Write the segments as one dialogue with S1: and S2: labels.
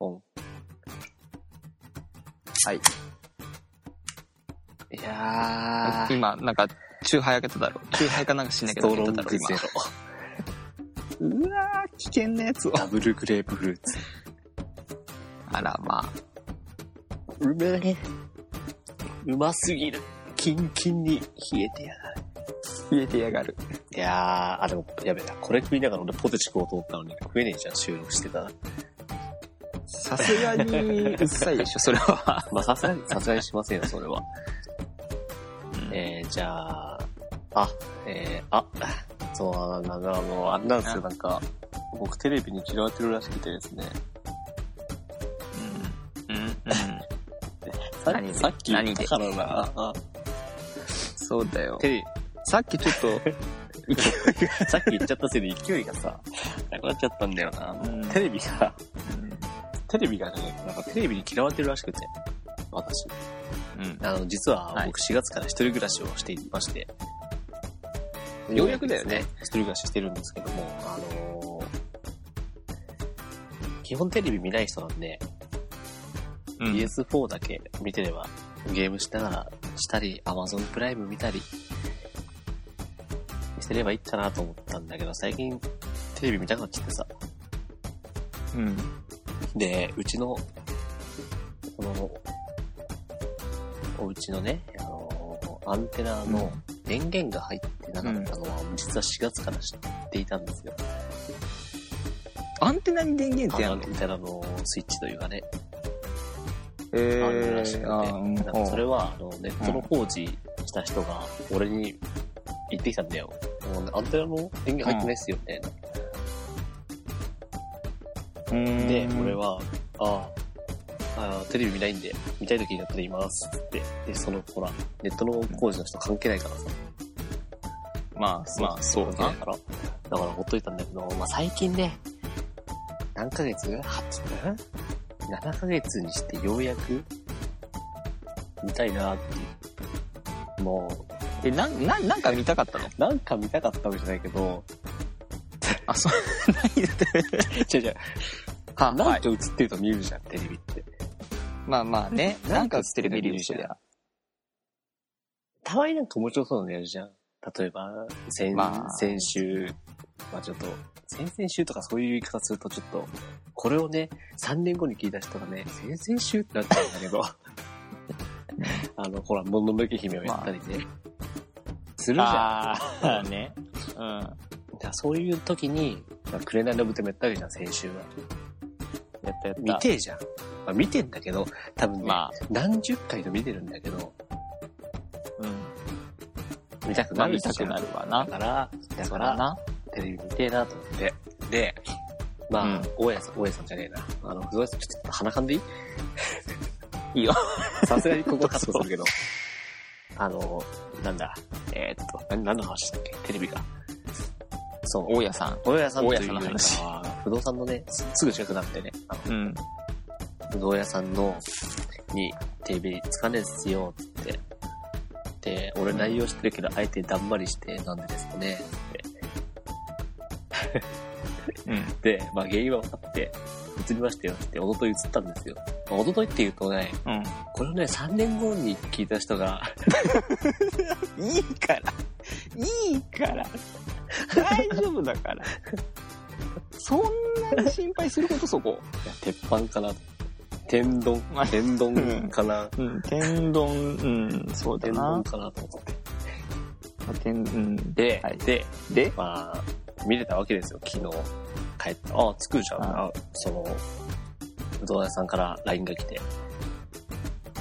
S1: オン。はい。いやー、
S2: 今、なんか、チューハイ開けただろ。チューハイかなんかしな
S1: ス
S2: きゃ開
S1: ト
S2: け
S1: ロ
S2: た
S1: ン
S2: だろ、
S1: グゼロ。。
S2: 今うわー、危険なやつを。
S1: ダブルグレープフルーツ。
S2: あら、まあ。
S1: うめえ。うますぎる。キンキンに冷えてやがる。
S2: 冷えてやがる。
S1: いやー、あ、でも、やべえな。これ食いながら俺ポテチ食おうと思ったのに食えねえじゃん、収録してたら。
S2: さすがに、うっさいでし ょ、それは。
S1: まあ、さすがに、さすがにしませんよ、それは。
S2: え
S1: えー、じゃあ、あ、えー、あ、そうなんだ、あの、あれなんですよ、なんか、僕テレビに嫌われてるらしくてですね。
S2: うん。うん。うん。
S1: さ
S2: 何で
S1: さっき言ったからな。あ
S2: そうだよ。
S1: テレビ、
S2: さっきちょっ と、
S1: さっき言っちゃったせいで勢いがさ、なくなっちゃったんだよな。
S2: うん
S1: テレビが、テレビがね、なんかテレビに嫌われてるらしくて、私。
S2: うん。
S1: あの、実は
S2: はい
S1: 僕4月から一人暮らしをしていまして、
S2: ようやくだよね。
S1: 一人暮らししてるんですけども、あのー基本テレビ見ない人なんで、
S2: うん
S1: PS4 だけ見てれば、ゲームしながらしたり、Amazon プライム見たり、してればいいかなと思ったんだけど、最近テレビ見たくなっちゃってさ。
S2: うん。
S1: で、うちの、この、お家のね、あの、アンテナの電源が入ってなかったのは、実は4月から知っていたんですよ。
S2: アンテナに電源って
S1: あ
S2: や
S1: のア
S2: ん
S1: ン
S2: の
S1: テナのスイッチというかね、
S2: え
S1: あるらしくて、
S2: ー、あー、うん
S1: なんかそれ
S2: おう
S1: はあのネットの工事した人が俺に言ってきたんだよ。もうねアンテナの電源入ってないっすよ、みたいな。
S2: うーん
S1: で、俺は、ああ、ああテレビ見ないんで、見たい時にやったら言います、つって。で、その、ほら、ネットの工事の人関係ないからさ。
S2: まあ、まあ、そう
S1: 関係な。
S2: ない
S1: から。だからほっといたんだけど、まあ最近ね、何ヶ月 ?8 7ヶ月にしてようやく、見たいなっていう。もう、
S2: え、なん、なん、なんか見たかったの
S1: なんか見たかったわけじゃないけど、
S2: あ、そう、 何だっ て。
S1: 違う違う、
S2: は
S1: なんか映ってると見るじゃん、テレビって。
S2: まあまあね、
S1: な
S2: なんん
S1: か
S2: か
S1: 映
S2: 映
S1: っ
S2: ってて
S1: る
S2: る
S1: ビデオ
S2: ビデオ
S1: そ
S2: そ
S1: り
S2: り
S1: ゃ
S2: ゃ。
S1: たまになんか面白そうなのやるじゃん。例えば、先、
S2: まあ
S1: 先週、まあちょっと、先々週とかそういう言い方するとちょっと、これをね、3年後に聞いた人がね、先々週ってなっちゃうんだけ ど、あの、ほら、もののけ姫をやったりね、するじゃん。
S2: あー、ね。うん。
S1: だからそういう時に、まあ、紅の豚もやったわけじゃん、先週は。
S2: やったやった。
S1: 見てえじゃん。まあ、見てんだけど、多分ね、
S2: まあ、
S1: 何十回と見てるんだけど、
S2: うん。
S1: 見たく
S2: ま
S1: な
S2: あ、
S1: る
S2: 見
S1: じゃ
S2: た
S1: ん
S2: くなるわな。
S1: だから、だ
S2: そ
S1: からら、
S2: な。
S1: テレビ見てえなと思って。で、まあ、
S2: うん
S1: 大家さん、大家さんじゃねえな。あの、不動産、ちょっと鼻かんでいい
S2: いいよ。
S1: さすがに ここカットするけど。あの、なんだ、えーっと、何何の話だっけテレビか。そう。
S2: 大家さん。
S1: 大家さんというより
S2: 大家さ
S1: かは不動産のね、すすぐ近くなってね、あの
S2: うん。
S1: 不動屋さんの、に、テレビつかねえっすよ、つって。で、俺内容してるけど、あえてだんまりして、なんでですかね、って。
S2: うん。
S1: で、まあ原因は分かって、映りましたよって、一昨日映ったんですよ。まあ、一昨日って言うとね、
S2: うん。
S1: これをね、3年後に聞いた人が、
S2: いいから。いいから。大丈夫だ から。そんなに心配することそこ。
S1: いや鉄板かな、天丼
S2: まあ、
S1: 天丼かな、
S2: うん。天丼、うん、そうだ
S1: 天丼
S2: な。
S1: かなと思って。
S2: 天、うん。
S1: で、
S2: はい
S1: で、
S2: で、
S1: まあ、見れたわけですよ、昨日。帰った。ああ、つくじゃん。
S2: あ
S1: あその、うどん屋さんから LINE が来て。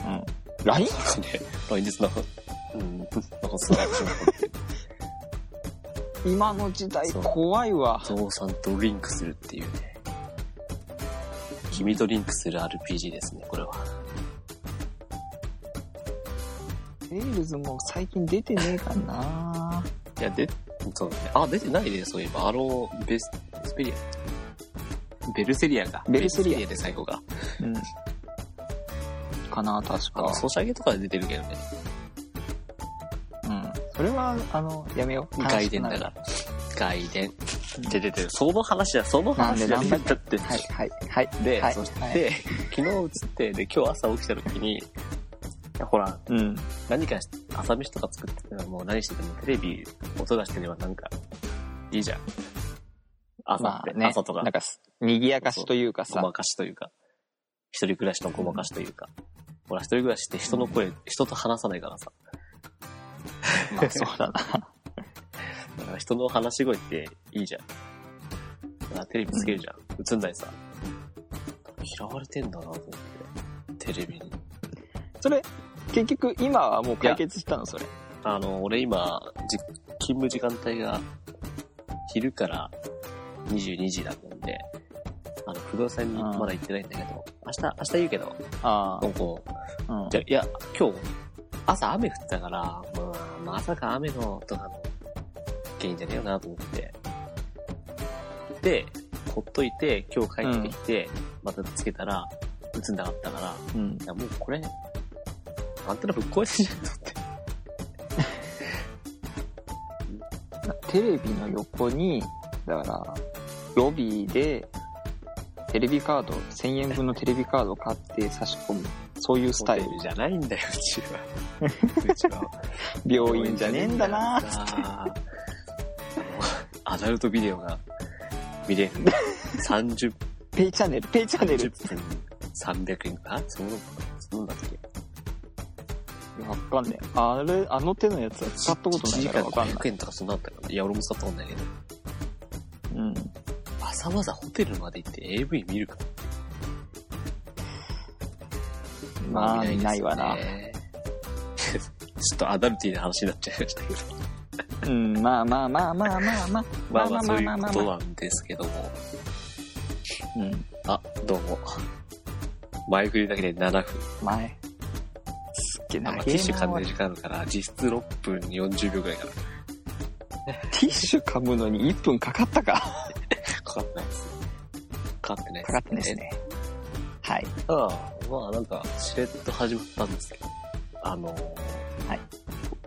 S2: うん。LINE?
S1: で、LINE で繋がうん、なんか繋がってしまった。
S2: 今の時代
S1: そう
S2: 怖いわ。
S1: ゾウさんとリンクするっていうね。君とリンクする RPG ですね、これは。
S2: レールズも最近出てねえかな。
S1: いや、で、そうだね。あ、出てないね、そういえば。アロー、ベス、スペリア。ベルセリアが。
S2: ベルセリア
S1: ベで最後が。
S2: うん。かな、確
S1: あの、
S2: か。
S1: ソシャゲとかで出てるけどね。
S2: うん。それは、あの、やめよう。
S1: 外伝だ
S2: ら
S1: から。外伝。ででで、その話だ、その話じゃねえんだって。
S2: はい、はい、はい。
S1: で、
S2: はい
S1: そして、
S2: はい
S1: 昨日映って、で、今日朝起きた時に、ほら、
S2: うん。
S1: 何かし朝飯とか作ってたらもう何しててもテレビ音出してればなんか、いいじゃん。朝
S2: ま
S1: って、
S2: あね、
S1: 朝とか
S2: なん、か、賑やかしというか
S1: ご
S2: さ
S1: ま、かしというか、一人暮らしのごまかしというか、ほら、一人暮らしって人の声、人と話さないからさ、
S2: まあそうだな。
S1: だから人の話し声っていいじゃん。だからテレビつけるじゃん。映んないさ。嫌われてんだなと思って、テレビに。
S2: それ、結局今はもう解決したの、それ。
S1: あの、俺今、じ勤務時間帯が昼から22時だったんで、あの、不動産にまだ行ってないんだけど、明日、明日言うけど、
S2: あ
S1: なんか、
S2: あ、うん
S1: じゃ、いや、今日、朝雨降ってたから、まあ、まさか雨のとかの原因じゃねえよなと思って。で、ほっといて、今日帰ってきて、またつけたら、映んなかったから、
S2: うん
S1: い。や、もうこれ、あんたらぶっ壊してんじゃんと思って。
S2: テレビの横に、だから、ロビーで、テレビカード、1000円分のテレビカードを買って差し込む。そういうスタイル。
S1: じゃないんだよ、うちは。うちは。
S2: 病院じゃねえんだな
S1: あのアダルトビデオが見れる。30
S2: ペイチャンネル、ペイチャンネル。
S1: 30分300円かそんなのそんなだっけ
S2: わかんねえ。あれ、あの手のやつは使ったこと
S1: 1
S2: ない
S1: 時
S2: から
S1: 間
S2: わかんない。
S1: 500円とかそんなあったからいや、俺も使ったことないけど。
S2: うん。
S1: わざわざホテルまで行って AV 見るか
S2: まあ、
S1: 見
S2: 見ないわな
S1: で。すよねちょっとアダルティーな話になっちゃいましたけど。
S2: うん、まあまあまあまあまあまあ。
S1: まあまあ、そういうことなんですけども。
S2: うん。
S1: あ、どうも。前振りだけで7分。
S2: 前。すっげえ
S1: あ
S2: な。
S1: まあテ
S2: テ
S1: ィ
S2: ィ
S1: ッ
S2: ッシ
S1: シ
S2: ュ
S1: ュ
S2: 噛
S1: 噛
S2: む
S1: む時間あるから、実質6分40秒くらいかな。
S2: ティッシュ噛むのに1分かかったか。
S1: かかってないです。かかってないで
S2: か
S1: す。
S2: かってないですね。はい。
S1: ただ。まあなんか、しれっと始まったんですけど、あのー、
S2: はい。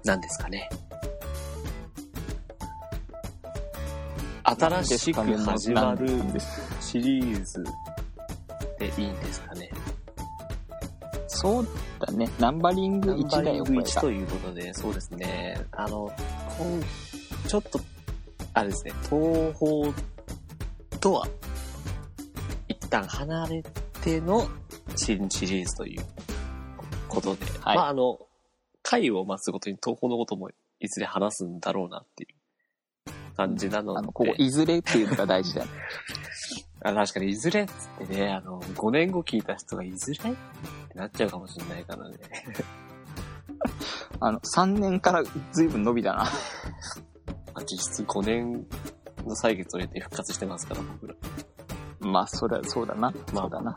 S1: 何ですかね。
S2: なん
S1: 新し
S2: です
S1: く
S2: かね
S1: 始まる
S2: なんです
S1: シリーズでいいんですかね。
S2: そうだね。ナンバリング1だよ、これ
S1: 1
S2: が。
S1: ということで、そうですね。あの、今ちょっと、あれですね、東方とは、一旦離れての新シリーズということで、
S2: はい
S1: まあ、あの、回を待つごとに東方のこともいずれ話すんだろうなっていう感じなので、
S2: あの、ここ、いずれっていうのが大事だよ。
S1: あ確かに、いずれっつってね、あの、5年後聞いた人がいずれってなっちゃうかもしれないからね。
S2: あの、3年から随分伸びたな。
S1: まあ実質5年の歳月を経て復活してますから、僕ら。
S2: まあ、そりゃ、そうだな。
S1: まあ
S2: そうだな。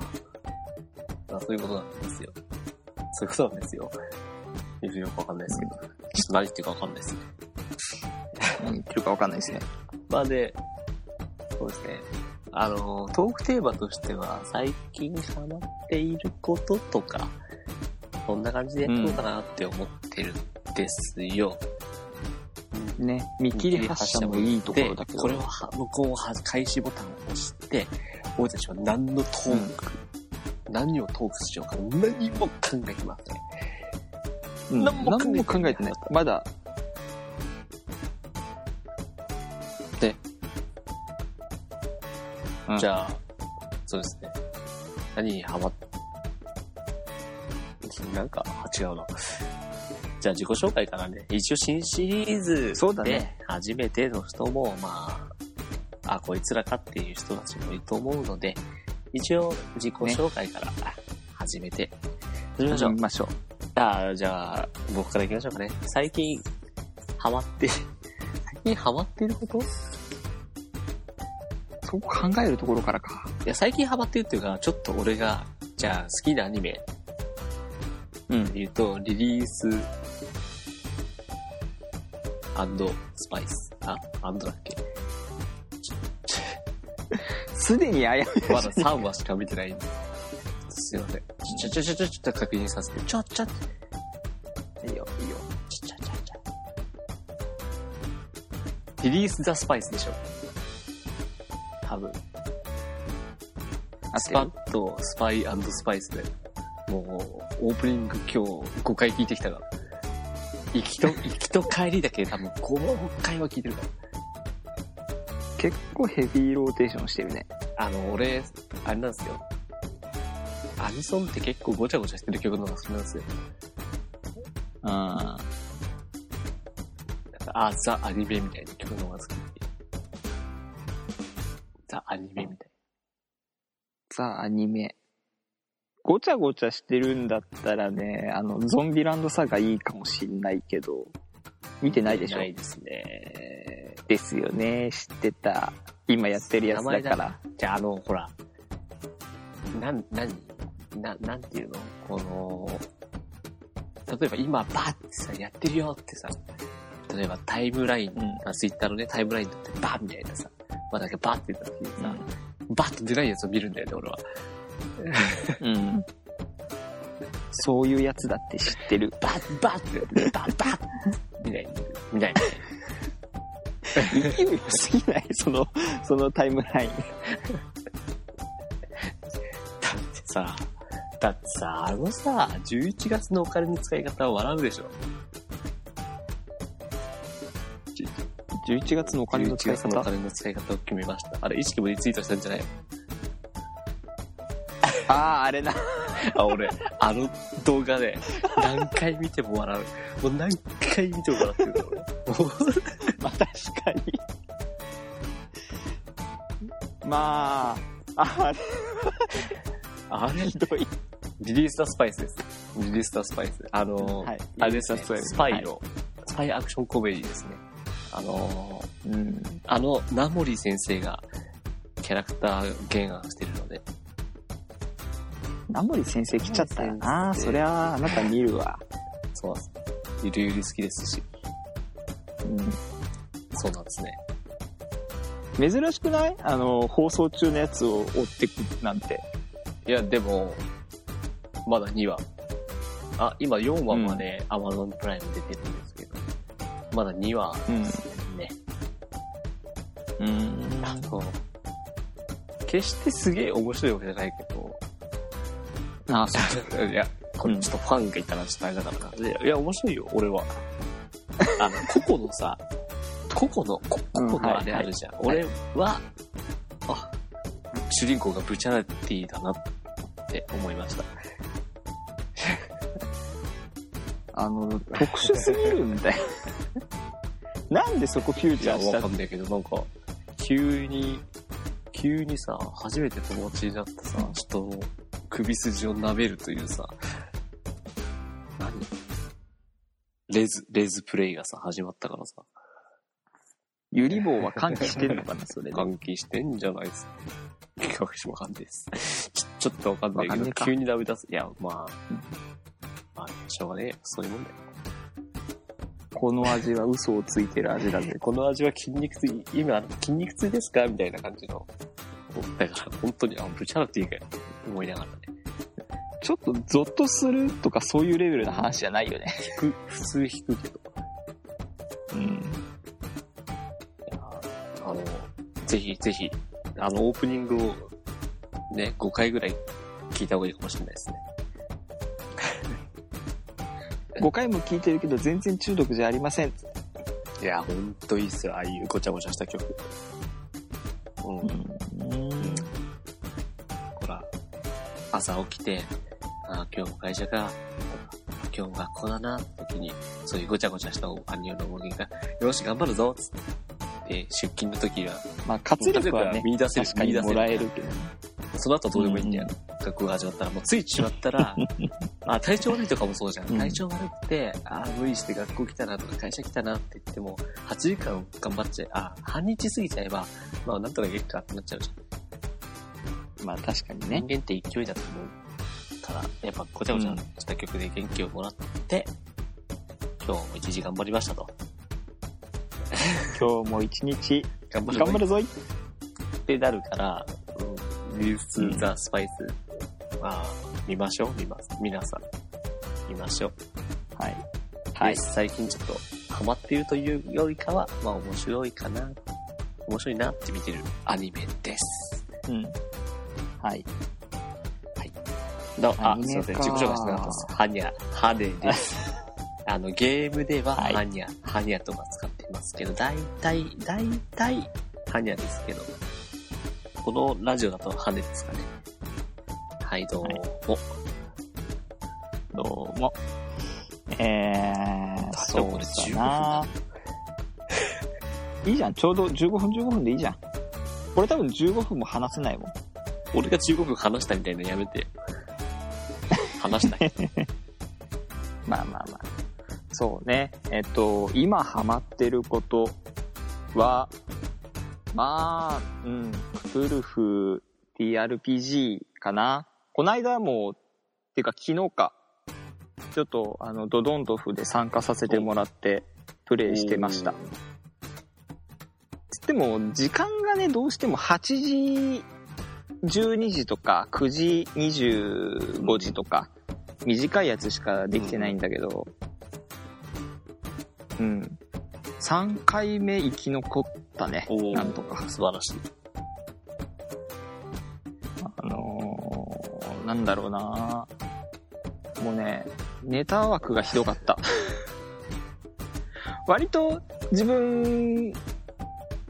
S1: まあ、そういうことなんですよ。そういうことなんですよ。よくよくわかんないですけど。ちょっと何言ってるかわかんないですね。
S2: 何言ってるかわかんないですね。
S1: まあで、そうですね。あの、トークテーマとしては、最近ハマっていることとか、そんな感じでやろうかなって思ってるんですよ。
S2: ね。見切り発車もいいとこ
S1: で
S2: ろだけ、ど。
S1: これをは録音をは開始ボタンを押して、俺たちは何のトーク、何をトークしようか、何も考えてません。
S2: うん
S1: 何も考えてない
S2: 何も考えてない。まだ。で。うん
S1: じゃあ、そうですね。何にハマっ、なんか、あ違うな。じゃあ自己紹介からね、一応新シリーズ
S2: そうだ
S1: で
S2: ね
S1: 初めての人も、まあ、あ、こいつらかっていう人たちもいると思うので、一応自己紹介から始めて、始めましょう。
S2: 見ましょう。
S1: あーじゃあ、僕から行きましょうかね。最近、ハマって、最近ハマってることい
S2: そこ考えるところからか。
S1: や、最近ハマってるっていうか、ちょっと俺が、じゃあ好きなアニメ
S2: うん。
S1: で言うと、リリース、アンド、スパイス。あ、アンドだっけ
S2: すでに危う
S1: まだ3話しか見てないんで。すいません。ちょちょちょちょちょっと確認させて。ちょちょちょ
S2: い。いいよ、いいよ。
S1: ちょちょちょ。リリース・ザ・スパイスでしょ。多分。
S2: あ
S1: スパッとスパイスパイスで、もう、オープニング今日5回聞いてきたから。行きと、行きと帰りだけで多分5回は聞いてるから。
S2: 結構ヘビーローテーションしてるね。
S1: あの、俺、あれなんですよ。アニソンって結構ごちゃごちゃしてる曲の方が好きなんですよ。
S2: うん。
S1: なんかあ、ザ・アニメみたいな曲の方が好き。ザ・アニメみたい
S2: ザ・アニメ。ごちゃごちゃしてるんだったらね、あの、ゾンビランドサがいいかもしんないけど、見て
S1: な。
S2: ないでしょ
S1: ないですね。
S2: ですよね、知ってた。今やってるやつだ
S1: 名前
S2: か
S1: だ
S2: ら。
S1: じゃあ、あの、ほら、なん、なに、な、なんていうのこの、例えば今、バーってさ、やってるよってさ、例えばタイムライン、
S2: うん
S1: あツイッターのね、タイムラインとってバーみたいなさ、まあ、だけどバーって言った時に
S2: う
S1: さ、バーって出ないやつを見るんだよね、俺は。
S2: ん。うん。そういうやつだって知って る。
S1: バーバーって、バーバーみたいな、みたいな。
S2: 勢い良すぎないその、そのタイムライン。
S1: だってさ、だってさ、あのさ、11月のお金の使い方は笑うでしょ。
S2: 11月のお金の使い
S1: 11月のお
S2: 方。
S1: 金の使い方を決めました。あれ、意識もリツイートしたんじゃないの
S2: ああ、あれな。
S1: あ、俺、あの動画で、何回見ても笑う。もう何回見ても笑ってるから、俺。もう
S2: まあ確かに。まあ、あれ
S1: あれ、
S2: ひどい。
S1: リリースタースパイスです。リリースタースパイス。あのー、
S2: はい
S1: あれですね
S2: リリース
S1: ス
S2: タースパ
S1: パ
S2: イス
S1: イの、スパイアクションコメディですね。あのー、
S2: うん。
S1: あの、ナモリ先生が、キャラクター原案してるので、
S2: ナモリ先生来ちゃったよ
S1: ナモリ先
S2: な。
S1: 生
S2: そりゃあ、あなた見るわ。
S1: そうなんです。ゆるゆる好きですし、
S2: うん
S1: そうなんですね。
S2: 珍しくないあの、放送中のやつを追ってくなんて。
S1: いや、でも、まだ2話。あ、今4話まで Amazon プライム出てるんですけど、まだ2話ですね。
S2: うん。うん。
S1: あの、決してすげえ面白いわけじゃないけど、
S2: あ、そう。
S1: いや、これちょっとファンがいたらちょっとあれだからな。いや、いや面白いよ、俺は。あ の、個々のさ、個々の、個々のあれあるじゃん。
S2: いはい
S1: 俺は、あ、主人公がブチャラティだなって思いました。
S2: あの、特殊すぎるんだよ。 なんでそこフュー
S1: い
S2: チ
S1: や、
S2: ャーし
S1: わか
S2: た
S1: んないけど、なんか、急に、急にさ、初めて友達になってさ、ちょっと、首筋を舐めるというさ、何レズ、レズプレイがさ、始まったからさ、
S2: ゆり棒は歓喜してんのかな、それで。
S1: 換気してんじゃないですか。わかんないです。ちょ、ちょっとわかんないけ
S2: わかん
S1: ど
S2: ねえ、か
S1: 急に舐め出す。いや、まあ、まあ、しょうがねえよ。そういうもんだよ。
S2: この味は嘘をついてる味だぜ。
S1: この味は筋肉痛、今、筋肉痛ですかみたいな感じの。だから、本当に、あ、ブチャラティかよ。思いながらね。
S2: ちょっとゾッとするとかそういうレベルの話じゃないよね。
S1: 引く、普通引くけど。
S2: うん。
S1: あの、ぜひぜひ、あの、オープニングをね、5回ぐらい聞いた方がいいかもしれないですね。
S2: 5回も聞いてるけど全然中毒じゃありません。
S1: いや、ほんといいっすよ。ああいうごちゃごちゃした曲。うん。
S2: うん。
S1: ほら、朝起きて、あ今日も会社か、とか今日も学校だな、時に、そういうごちゃごちゃしたアニオの音源が、よし、頑張るぞ、つって、出勤の時は、
S2: まあ活力はね、
S1: 見出せる
S2: 確かにもらえるけど。
S1: その後どうでもいいんだよ。
S2: う
S1: 学校が始まったら、もうついちまったら、あ、体調悪いとかもそうじゃん。
S2: うん
S1: 体調悪くて、あ、無理して学校来たなとか会社来たなって言っても、8時間頑張っちゃえ、あ、半日過ぎちゃえば、まあなんとか結果ってなっちゃうじゃん。
S2: まあ確かにね。
S1: 人間って勢いだと思うから、やっぱごちゃごちゃした曲で元気をもらって、今日も一日頑張りましたと。
S2: 今日も一日
S1: 頑
S2: 頑張るぞい。
S1: ってなるから、うん、リース・ザ・スパイス、まあ、見ましょう、見ます。皆さん、見ましょう。
S2: はい。はい
S1: で。最近ちょっとハマっているというよりかは、まあ面白いかなっ面白いなって見てるアニメです。
S2: うん。はい。
S1: どうあ
S2: ア、ニ
S1: すい
S2: メ
S1: ま
S2: か
S1: せん。自己紹介してなかったです。ハニャ、ハネ です。あの、ゲームでは
S2: はい
S1: ハニャ、ハニャとか使ってますけど、大体、大体、ハニャですけど、このラジオだとハネですかね。はい、どう
S2: はい
S1: も。
S2: どうも。え
S1: 大
S2: ー、
S1: 丈
S2: そ
S1: 夫こ
S2: う
S1: れ
S2: だな。いいじゃん。ちょうど15分15分でいいじゃん。これ多分15分も話せないもん。
S1: 俺が15分話したみたいなのやめてよ。話したい。
S2: まあまあまあ。そうね。えっと、今ハマってることは、まあ、うん、クトゥルフ TRPG かな。こないだも、っていうか昨日か、ちょっとあの、ドドンドフで参加させてもらって、プレイ してました。つっても、時間がね、どうしても8時、12時とか、9時、25時とか、短いやつしかできてないんだけど、うん。3回目生き残ったね
S1: お、ー
S2: なんとか。
S1: 素晴らしい。
S2: あのー、なんだろうなもうね、ネタ枠がひどかった。 割と自分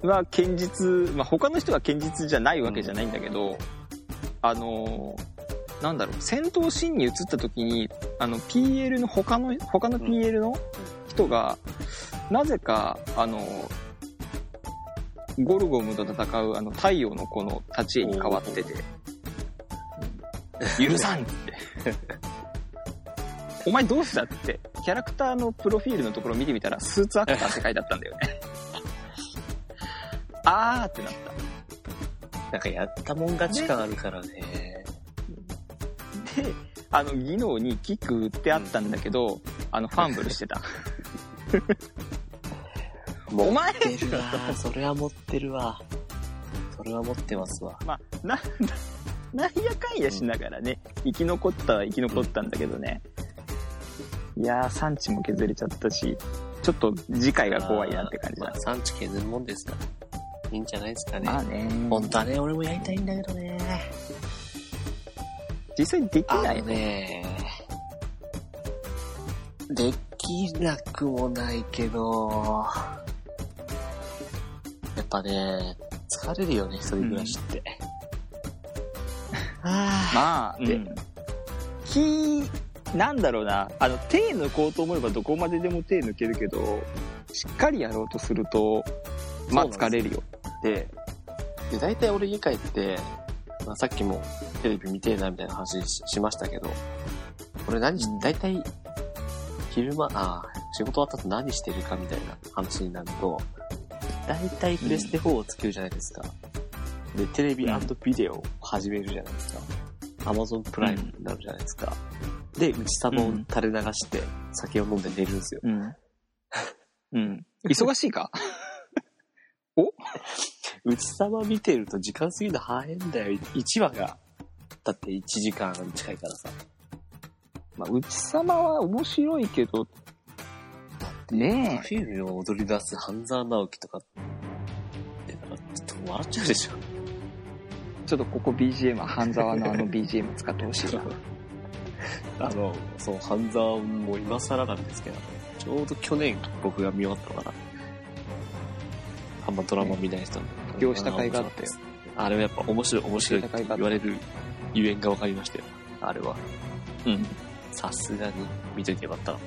S2: は堅実、まあ、他の人は堅実じゃないわけじゃないんだけど、あのーなんだろう、戦闘シーンに移った時に、あの、PL の他の、他の PL の人が、なぜか、あのーゴルゴムと戦うあの太陽の子の立ち絵に変わってて、許さんって。お前どうしたって、キャラクターのプロフィールのところ見てみたら、スーツアクター世界だったんだよね。あーってなった。
S1: なんかやったもん勝ち感あるからね。
S2: で、あの、技能にキック打ってあったんだけど、あの、ファンブルしてた。
S1: も
S2: お
S1: う
S2: 前
S1: 持ってるわ。 それは持ってるわ。それは持ってますわ。
S2: まあ、なんだ、なん やかんやしながらね、生き残ったは生き残ったんだけどね。いやー、産地も削れちゃったし、ちょっと次回が怖いなって感じ
S1: ま
S2: だ
S1: あ、。産地削るもんですから。いいんじゃないですかね。
S2: まあね、
S1: 本当はね、俺もやりたいんだけどね。
S2: 実際でき
S1: あ
S2: な
S1: の
S2: いよね。
S1: ね。できなくもないけど、やっぱね、疲れるよね、一人暮らしって。 あ
S2: まあ、
S1: で
S2: うん気、なんだろうな、あの、手抜こうと思えばどこまででも手抜けるけど、しっかりやろうとすると、まあ
S1: そうなん
S2: 疲
S1: で
S2: れるよ。で、
S1: あ、で、大体俺家帰って、まあ、さっきもテレビ見てえなみたいな話ししましたけど、俺何し
S2: うん、
S1: 大体、昼間、ああ、仕事終わった後何してるかみたいな話になると、大体プレステ4を作るじゃないですか。で、テレビ
S2: うん
S1: ビデオを始めるじゃないですか。Amazon プライムになるじゃないですか。で、内サボを垂れ流して、酒を飲んで寝るんですよ。
S2: うん。うん。忙しいか
S1: 内サボ見てると時間過ぎるの早いんだよ、1話が。だって1時間近いからさ。
S2: まあ、内様は面白いけど、ね
S1: フィルムを踊り出す半沢直樹とかって、なんかちょっと笑っちゃうでしょ。
S2: え、ちょっとここ BGM、半沢のあの BGM 使ってほしいわ。
S1: あの、そう、半沢も今更なんですけど、ちょうど去年僕が見終わったから、あんまドラマ見ない人も。
S2: 布教した甲斐があったよ。
S1: あれはやっぱ面白い面白いって言われるゆえんが分かりましたよ。あれは。
S2: うん。
S1: さすがに見といてよかったな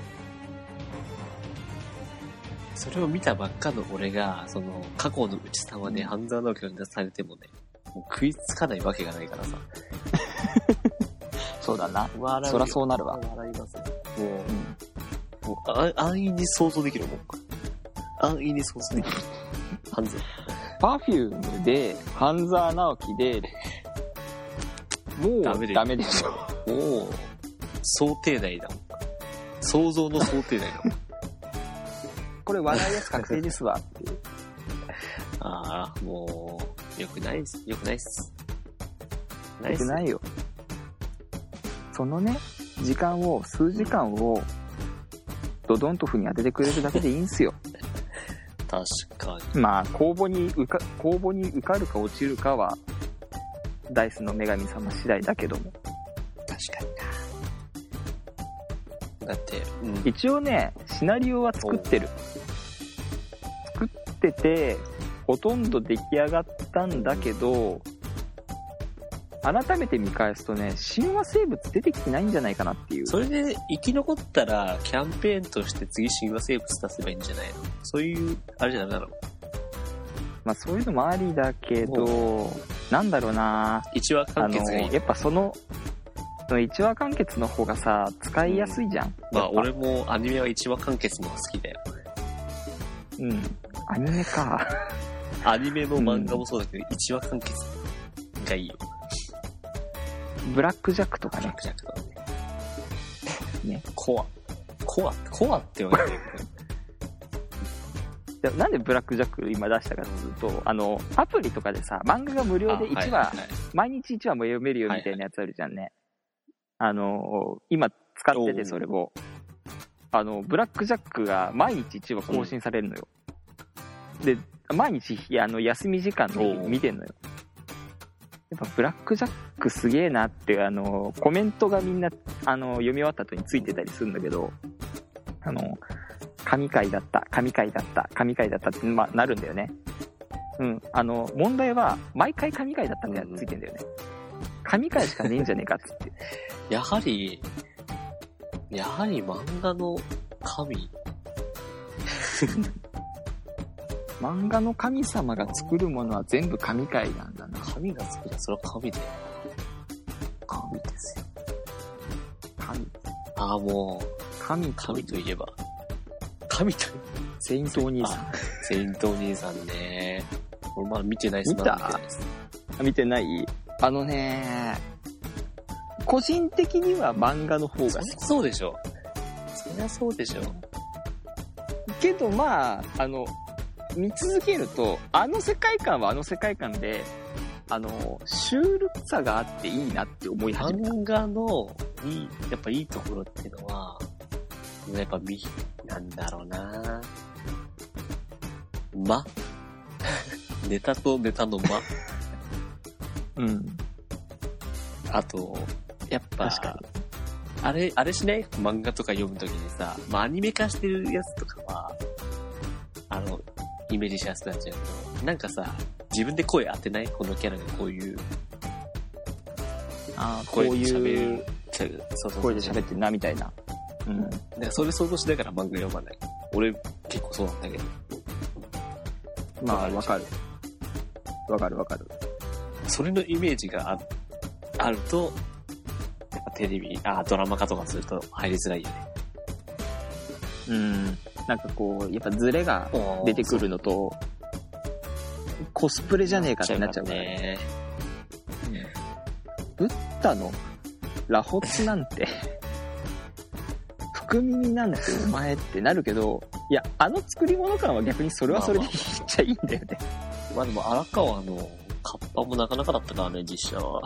S1: それを見たばっかの俺が、その、過去の内様で半沢直樹を出されてもね、もう食いつかないわけがないからさ。
S2: そうだな。
S1: 笑
S2: そらそうなるわ。
S1: 笑いますね。もう
S2: うん。
S1: もうあ安易に想像できるもん。安易に想像できる。完全。
S2: パフュームで、半沢直樹で、もう
S1: ダメで
S2: ダメでしょ。
S1: もう、想定内だもん。想像の想定内 だもん。
S2: これ笑いやす確定ですわ。っていう
S1: ああ、もう、よくないです。よくないっす。な
S2: 良
S1: っす
S2: くないよ。そのね、時間を、数時間を、ドドンとフに当ててくれるだけでいいんすよ。
S1: 確か
S2: まあ公募に受か公募に受かるか落ちるかはダイスの女神様次第だけども
S1: に。確かにな。だって、うん。
S2: 一応ねシナリオは作ってる作っててほとんど出来上がったんだけど改めて見返すとね神話生物出てきてないんじゃないかなっていう
S1: それで生き残ったら、キャンペーンとして次神話生物出せばいいんじゃないのそういう、あれじゃダメなの
S2: まあ、そういうのもありだけどなんだろうな
S1: 一話
S2: あ
S1: 完
S2: の
S1: 結がいい
S2: や。っぱそのその1話完結の方がさ使いやすいじゃん、
S1: ま
S2: や
S1: あ
S2: っぱ
S1: 俺もアニメは一話完結の方が好きだよ。
S2: うんアニメか
S1: アニメも漫画もそうだけど、一話完結がいいよ。
S2: ブラックジャックとか
S1: ブラッ
S2: ね
S1: クジャックとかね。
S2: ね
S1: コア。コアコアって言われてるけど。
S2: でなんでブラックジャック今出したかというとあのアプリとかでさ漫画が無料で1話、
S1: あはいはいはい
S2: 毎日1話も読めるよみたいなやつあるじゃんね、あの今使って
S1: お
S2: て
S1: う
S2: それをあのブラックジャックが毎日1話更新されるのよ、で毎日いやあの休み時間で
S1: おう
S2: 見てんのよやっぱブラックジャックすげえなってあのコメントがみんなあの読み終わった後についてたりするんだけどあの神回だった神回だった神回だったって、まあ、なるんだよねうんあの問題は毎回神回だったってやつついてんだよね神回しかねえんじゃねえかっつって
S1: やはり、やはり漫画の神。
S2: 漫画の神様が作るものは全部神回なんだな
S1: 神が作ったそれは神だよ。神ですよ。
S2: 神
S1: ああ、もう、
S2: 神
S1: 神といえば。神と、
S2: セイントお兄さん
S1: セイントお兄さんね。俺まだ見てないです
S2: 見た
S1: まだてないです
S2: あ見てないあのね個人的には漫画の方
S1: そ
S2: が
S1: り
S2: 好
S1: ゃそうでしょ。そりゃそうでしょ。
S2: きけどまああの見続けるとあの世界観はあの世界観であのシュールさがあっていいなって思い始めた
S1: 漫画のいい、やっぱいいところっていうのは、やっぱみ、なんだろうな間 ネタとネタの間。
S2: うん
S1: あと、やっぱ、
S2: 確か
S1: あれ、あれしない漫画とか読むときにさ、まあアニメ化してるやつとかは、あの、イメージしやすくなっちゃうけど、なんかさ、自分で声当てないこのキャラがこういう
S2: あーこう
S1: 声で
S2: い
S1: 喋
S2: う
S1: る。そうそうそう
S2: 声で喋ってんなみたいなうん
S1: だからそれ想像しながら漫画読まない。俺結構そうなんだけど。
S2: まあ
S1: わ
S2: わ
S1: か
S2: かるわかるわかる
S1: それのイメージがああると、やっぱテレビ、あ、ドラマ化とかすると入りづらいよね。
S2: うんなんかこうやっぱズレが出てくるのとコスプレじゃねえかってなっちゃうからね
S1: ね。
S2: ブッダのラホツなんて 福耳なんてお前ってなるけどいやあの作り物感は逆にそれはそれでいいっちゃいいんだよね
S1: まあでも荒川のカッパもなかなかだったからね、実写 は。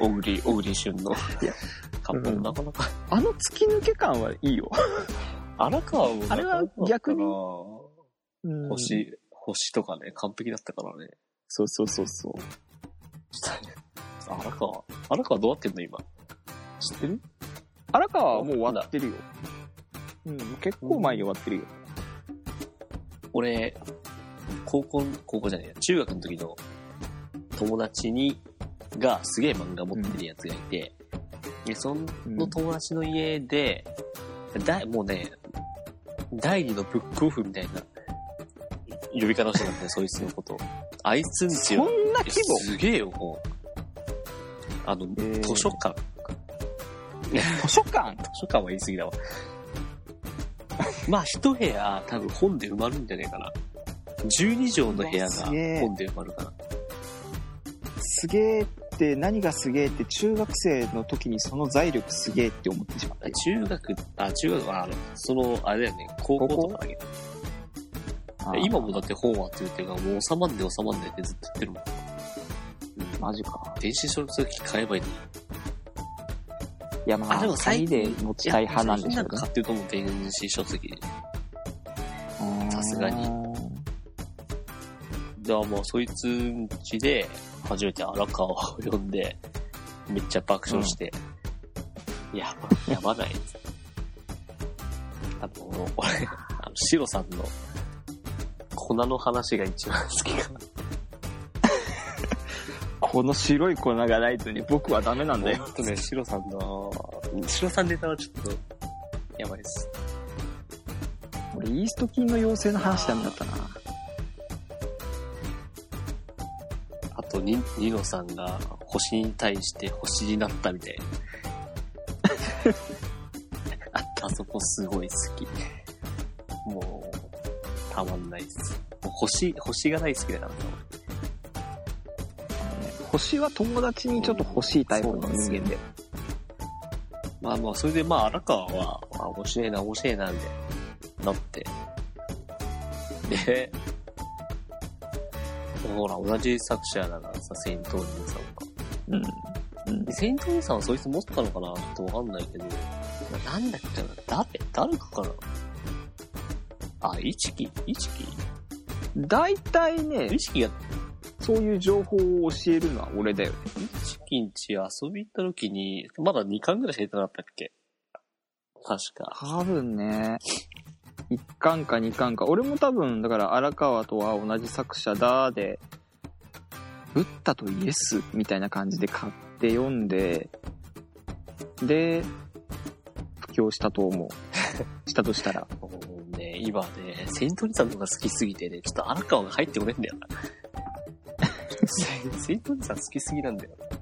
S1: 小栗、小栗旬の
S2: いや
S1: カッパもなかなか。
S2: あの突き抜け感はいいよ、
S1: 荒川もなかなかだったな
S2: あれは逆に
S1: 星、星とかね、完璧だったからね。
S2: そうそうそうそう
S1: 荒川、荒川どうなってんの今。知ってる
S2: 荒川はもう終わってるようん結構前に終わってるよ、
S1: 俺、高校、高校じゃないや、中学の時の友達に、がすげえ漫画持ってるやつがいて、で、その友達の家で、だもうね、第二のブックオフみたいな呼び方をしてたんだよ、そいつのことを。あいつんち
S2: そ
S1: よ。
S2: んな規模
S1: すげえよ、もう。あの、
S2: えー
S1: 図書館。
S2: 図書館
S1: 図書館は言い過ぎだわ。まあ、一部屋、多分本で埋まるんじゃねえかな。12畳の部屋
S2: うわ
S1: が
S2: すげえ
S1: 本で埋まるかな。
S2: すげえって何がすげえって中学生の時にその財力すげえって思ってしまった
S1: 中学、あ、中学は、あの、その、あれだよね、高校とかだけど。今もだって本はって言ってるから、もう収まんで収まんでってずっと言ってるもん。うん
S2: マジか
S1: 電子書籍買えばいいのに。
S2: いやま
S1: あ
S2: あ
S1: でも最
S2: 2人
S1: 近
S2: で持ちたい派なんでしょう
S1: いや最近なんか買ってると思う、電子書籍で。
S2: ね
S1: さすがに
S2: に
S1: だからもうそいつんちで初めて荒川を呼んで、めっちゃ爆笑して、やば、やばないっつって。あの、俺、あの、シロさんの粉の話が一番好きかな。
S2: この白い粉がないとね、僕はダメなんだよ。
S1: ほんとね、シロさんの、シロさんネタはちょっと、やばいです。
S2: 俺、イースト菌の妖精の話ダメだったな。
S1: あとに、ニノさんが星に対して星になったみたいな。 ああそこすごい好き。もう、たまんないです。もう星、星が大好きだからさ。
S2: 星は友達にちょっと欲しいタイプの人間で。
S1: まあまあ、それでまあ、荒川は、あ、面白いな、面白いな、みたいな、なって。で、ほら、同じ作者だからさ、セイントーリーさんが。
S2: うん。うん
S1: で、セイントーリーさんはそいつ持ってたのかなちょっとわかんないけど、なんだっけな、誰誰かかなあ、イチキイチキ
S2: 大体ね
S1: イ、チキが、
S2: そういう情報を教えるのは俺だよね。
S1: イチキんち遊び行った時に、まだ2巻ぐらいしか行ってなかったっけ確か。
S2: 多分ね、1巻か2巻か。俺も多分、だから荒川とは同じ作者だで、ブッダとイエスみたいな感じで買って読んで、で、布教したと思う。したとしたら。
S1: もうね、今ね、セイントリーさんとか好きすぎてね、ちょっと荒川が入ってこねえんだよな。セイントリーさん好きすぎなんだよな。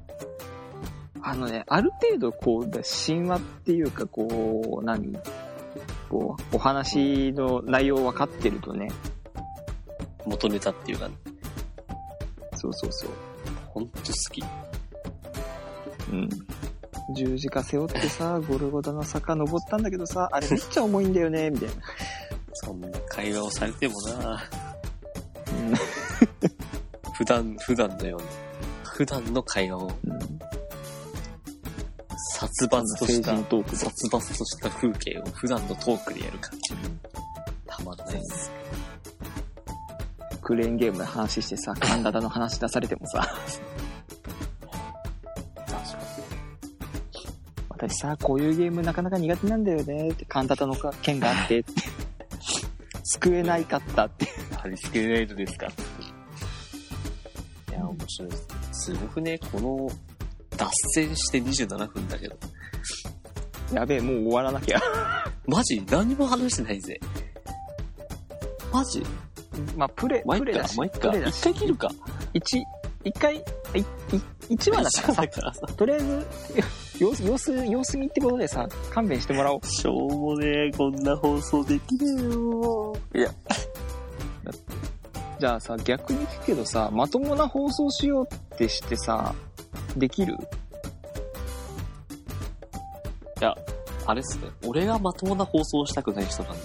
S2: あのね、ある程度こう、だ神話っていうかこう、何こう、お話の内容分かってるとね、
S1: 元ネタっていうか、
S2: そうそうそう。
S1: ほんと好き。
S2: うん。十字架背負ってさ、ゴルゴダの坂登ったんだけどさ、あれめっちゃ重いんだよね、みたいな。
S1: そんな会話をされてもな、普段、普段だよね。普段の会話を
S2: うん。
S1: 殺伐とした
S2: 成、人トークだ
S1: 殺伐とした風景を普段のトークでやる感じ。たまらないです。
S2: クレーンゲームの話してさ、カンダダの話出されてもさ、私さ、こういうゲームなかなか苦手なんだよね、って、カンダダの件があって、って。救えないかったって。
S1: 貼り付けないとですかいや、面白いです。すごくね、この、脱線して27分だけど。
S2: やべえ、もう終わらなきゃ。
S1: マジ何も話してないぜ。マジ
S2: まあ、プレ、
S1: まあ、い
S2: プ
S1: っ
S2: レだ
S1: か、
S2: し、
S1: まあ、いっ
S2: プ
S1: か。
S2: レだ
S1: 一
S2: し、
S1: 回切るか。
S2: 一、一回、いい一話 だからさ
S1: だ、からさ。
S2: とりあえず、 様子、様子、様子見ってことでさ、勘弁してもらおう。
S1: しょうもねえ、こんな放送できねえよ。いや、
S2: じゃあさ、逆に聞くけどさ、まともな放送しようってしてさ、できる
S1: あれっすね。俺がまともな放送をしたくない人なんで。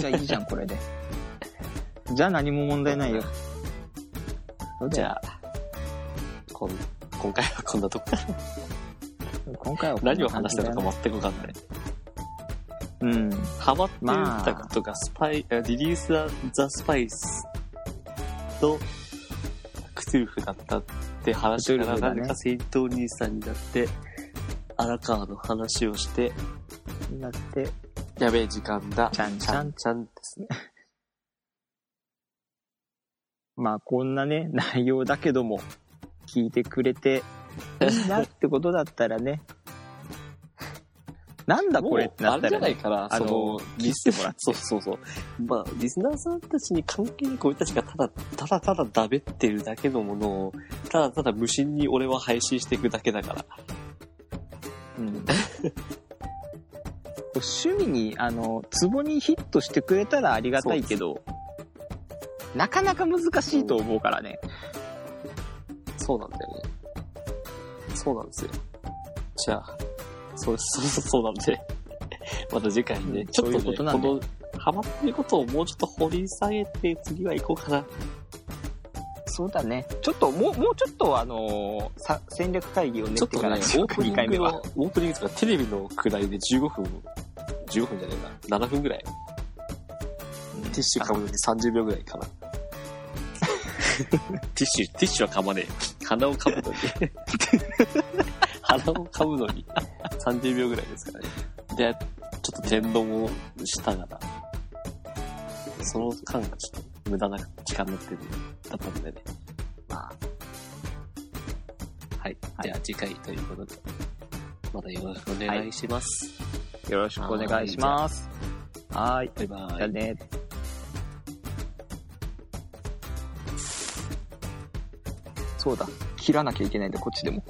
S2: じゃあいいじゃん、これで。 じゃあ何も問題ないよ。
S1: じゃあ、こん今回はこんなとこ。
S2: 今回は
S1: 何を話したのか全くわかんない。
S2: うん。
S1: ハマってるタクとか、スパイ、あリリース・ザ・スパイスと、クトゥルフだったって話か
S2: クトゥル
S1: ら、
S2: フ
S1: な
S2: だね
S1: んか戦闘兄さんになって、荒川の話をして、
S2: なって、
S1: やべえ時間だ。
S2: ちゃんちゃん。
S1: ちゃんですね。
S2: まあこんなね、内容だけども、聞いてくれ て、いいなってことだったらね。なんだこれって
S1: もう
S2: な
S1: あ
S2: っ
S1: れ
S2: た
S1: じゃ
S2: ら、
S1: ない
S2: ね、
S1: から、
S2: あ
S1: そ
S2: の
S1: の、
S2: 切ってもらって
S1: そうそうそう。まあ、リスナーさんたちに関係なく俺たちがただ、ただただだべってるだけのものを、ただただ無心に俺は配信していくだけだから。
S2: うん、 趣味にあのツボにヒットしてくれたらありがたいけどなかなか難しいと思うからね
S1: そうなんだよね。そうなんですよ。じゃあ、そう、そう、そうそうなんで、 また次回ね、
S2: うん
S1: ちょっと,、ね、
S2: そういうことな
S1: こ
S2: んで
S1: の、ハマってることをもうちょっと掘り下げて、次は行こうかな。
S2: そうだねちょっともうもうちょっとあのさ戦略会議を練
S1: ちょ
S2: っ
S1: ってとね、オ
S2: いかないと
S1: ープニ
S2: 2
S1: ング
S2: 回目は
S1: の、オープニングとかテレビのくらいで15分、15分じゃねえな、7分ぐらい。ティッシュかぶって30秒ぐらいかな。 ティッシュ、ティッシュは噛まねえよ。鼻を噛むのに。 鼻を噛むのに30秒ぐらいですからね。で、ちょっと天丼をしたがら、その間がちょっと無駄な時間になってる、だったのでね。まあ。はい。じゃあ次回ということで、またよろしくお願いします。
S2: よろしくお願いします。はーい。
S1: バイバイ。
S2: じゃあね。そうだ。切らなきゃいけないんだ、こっちでも。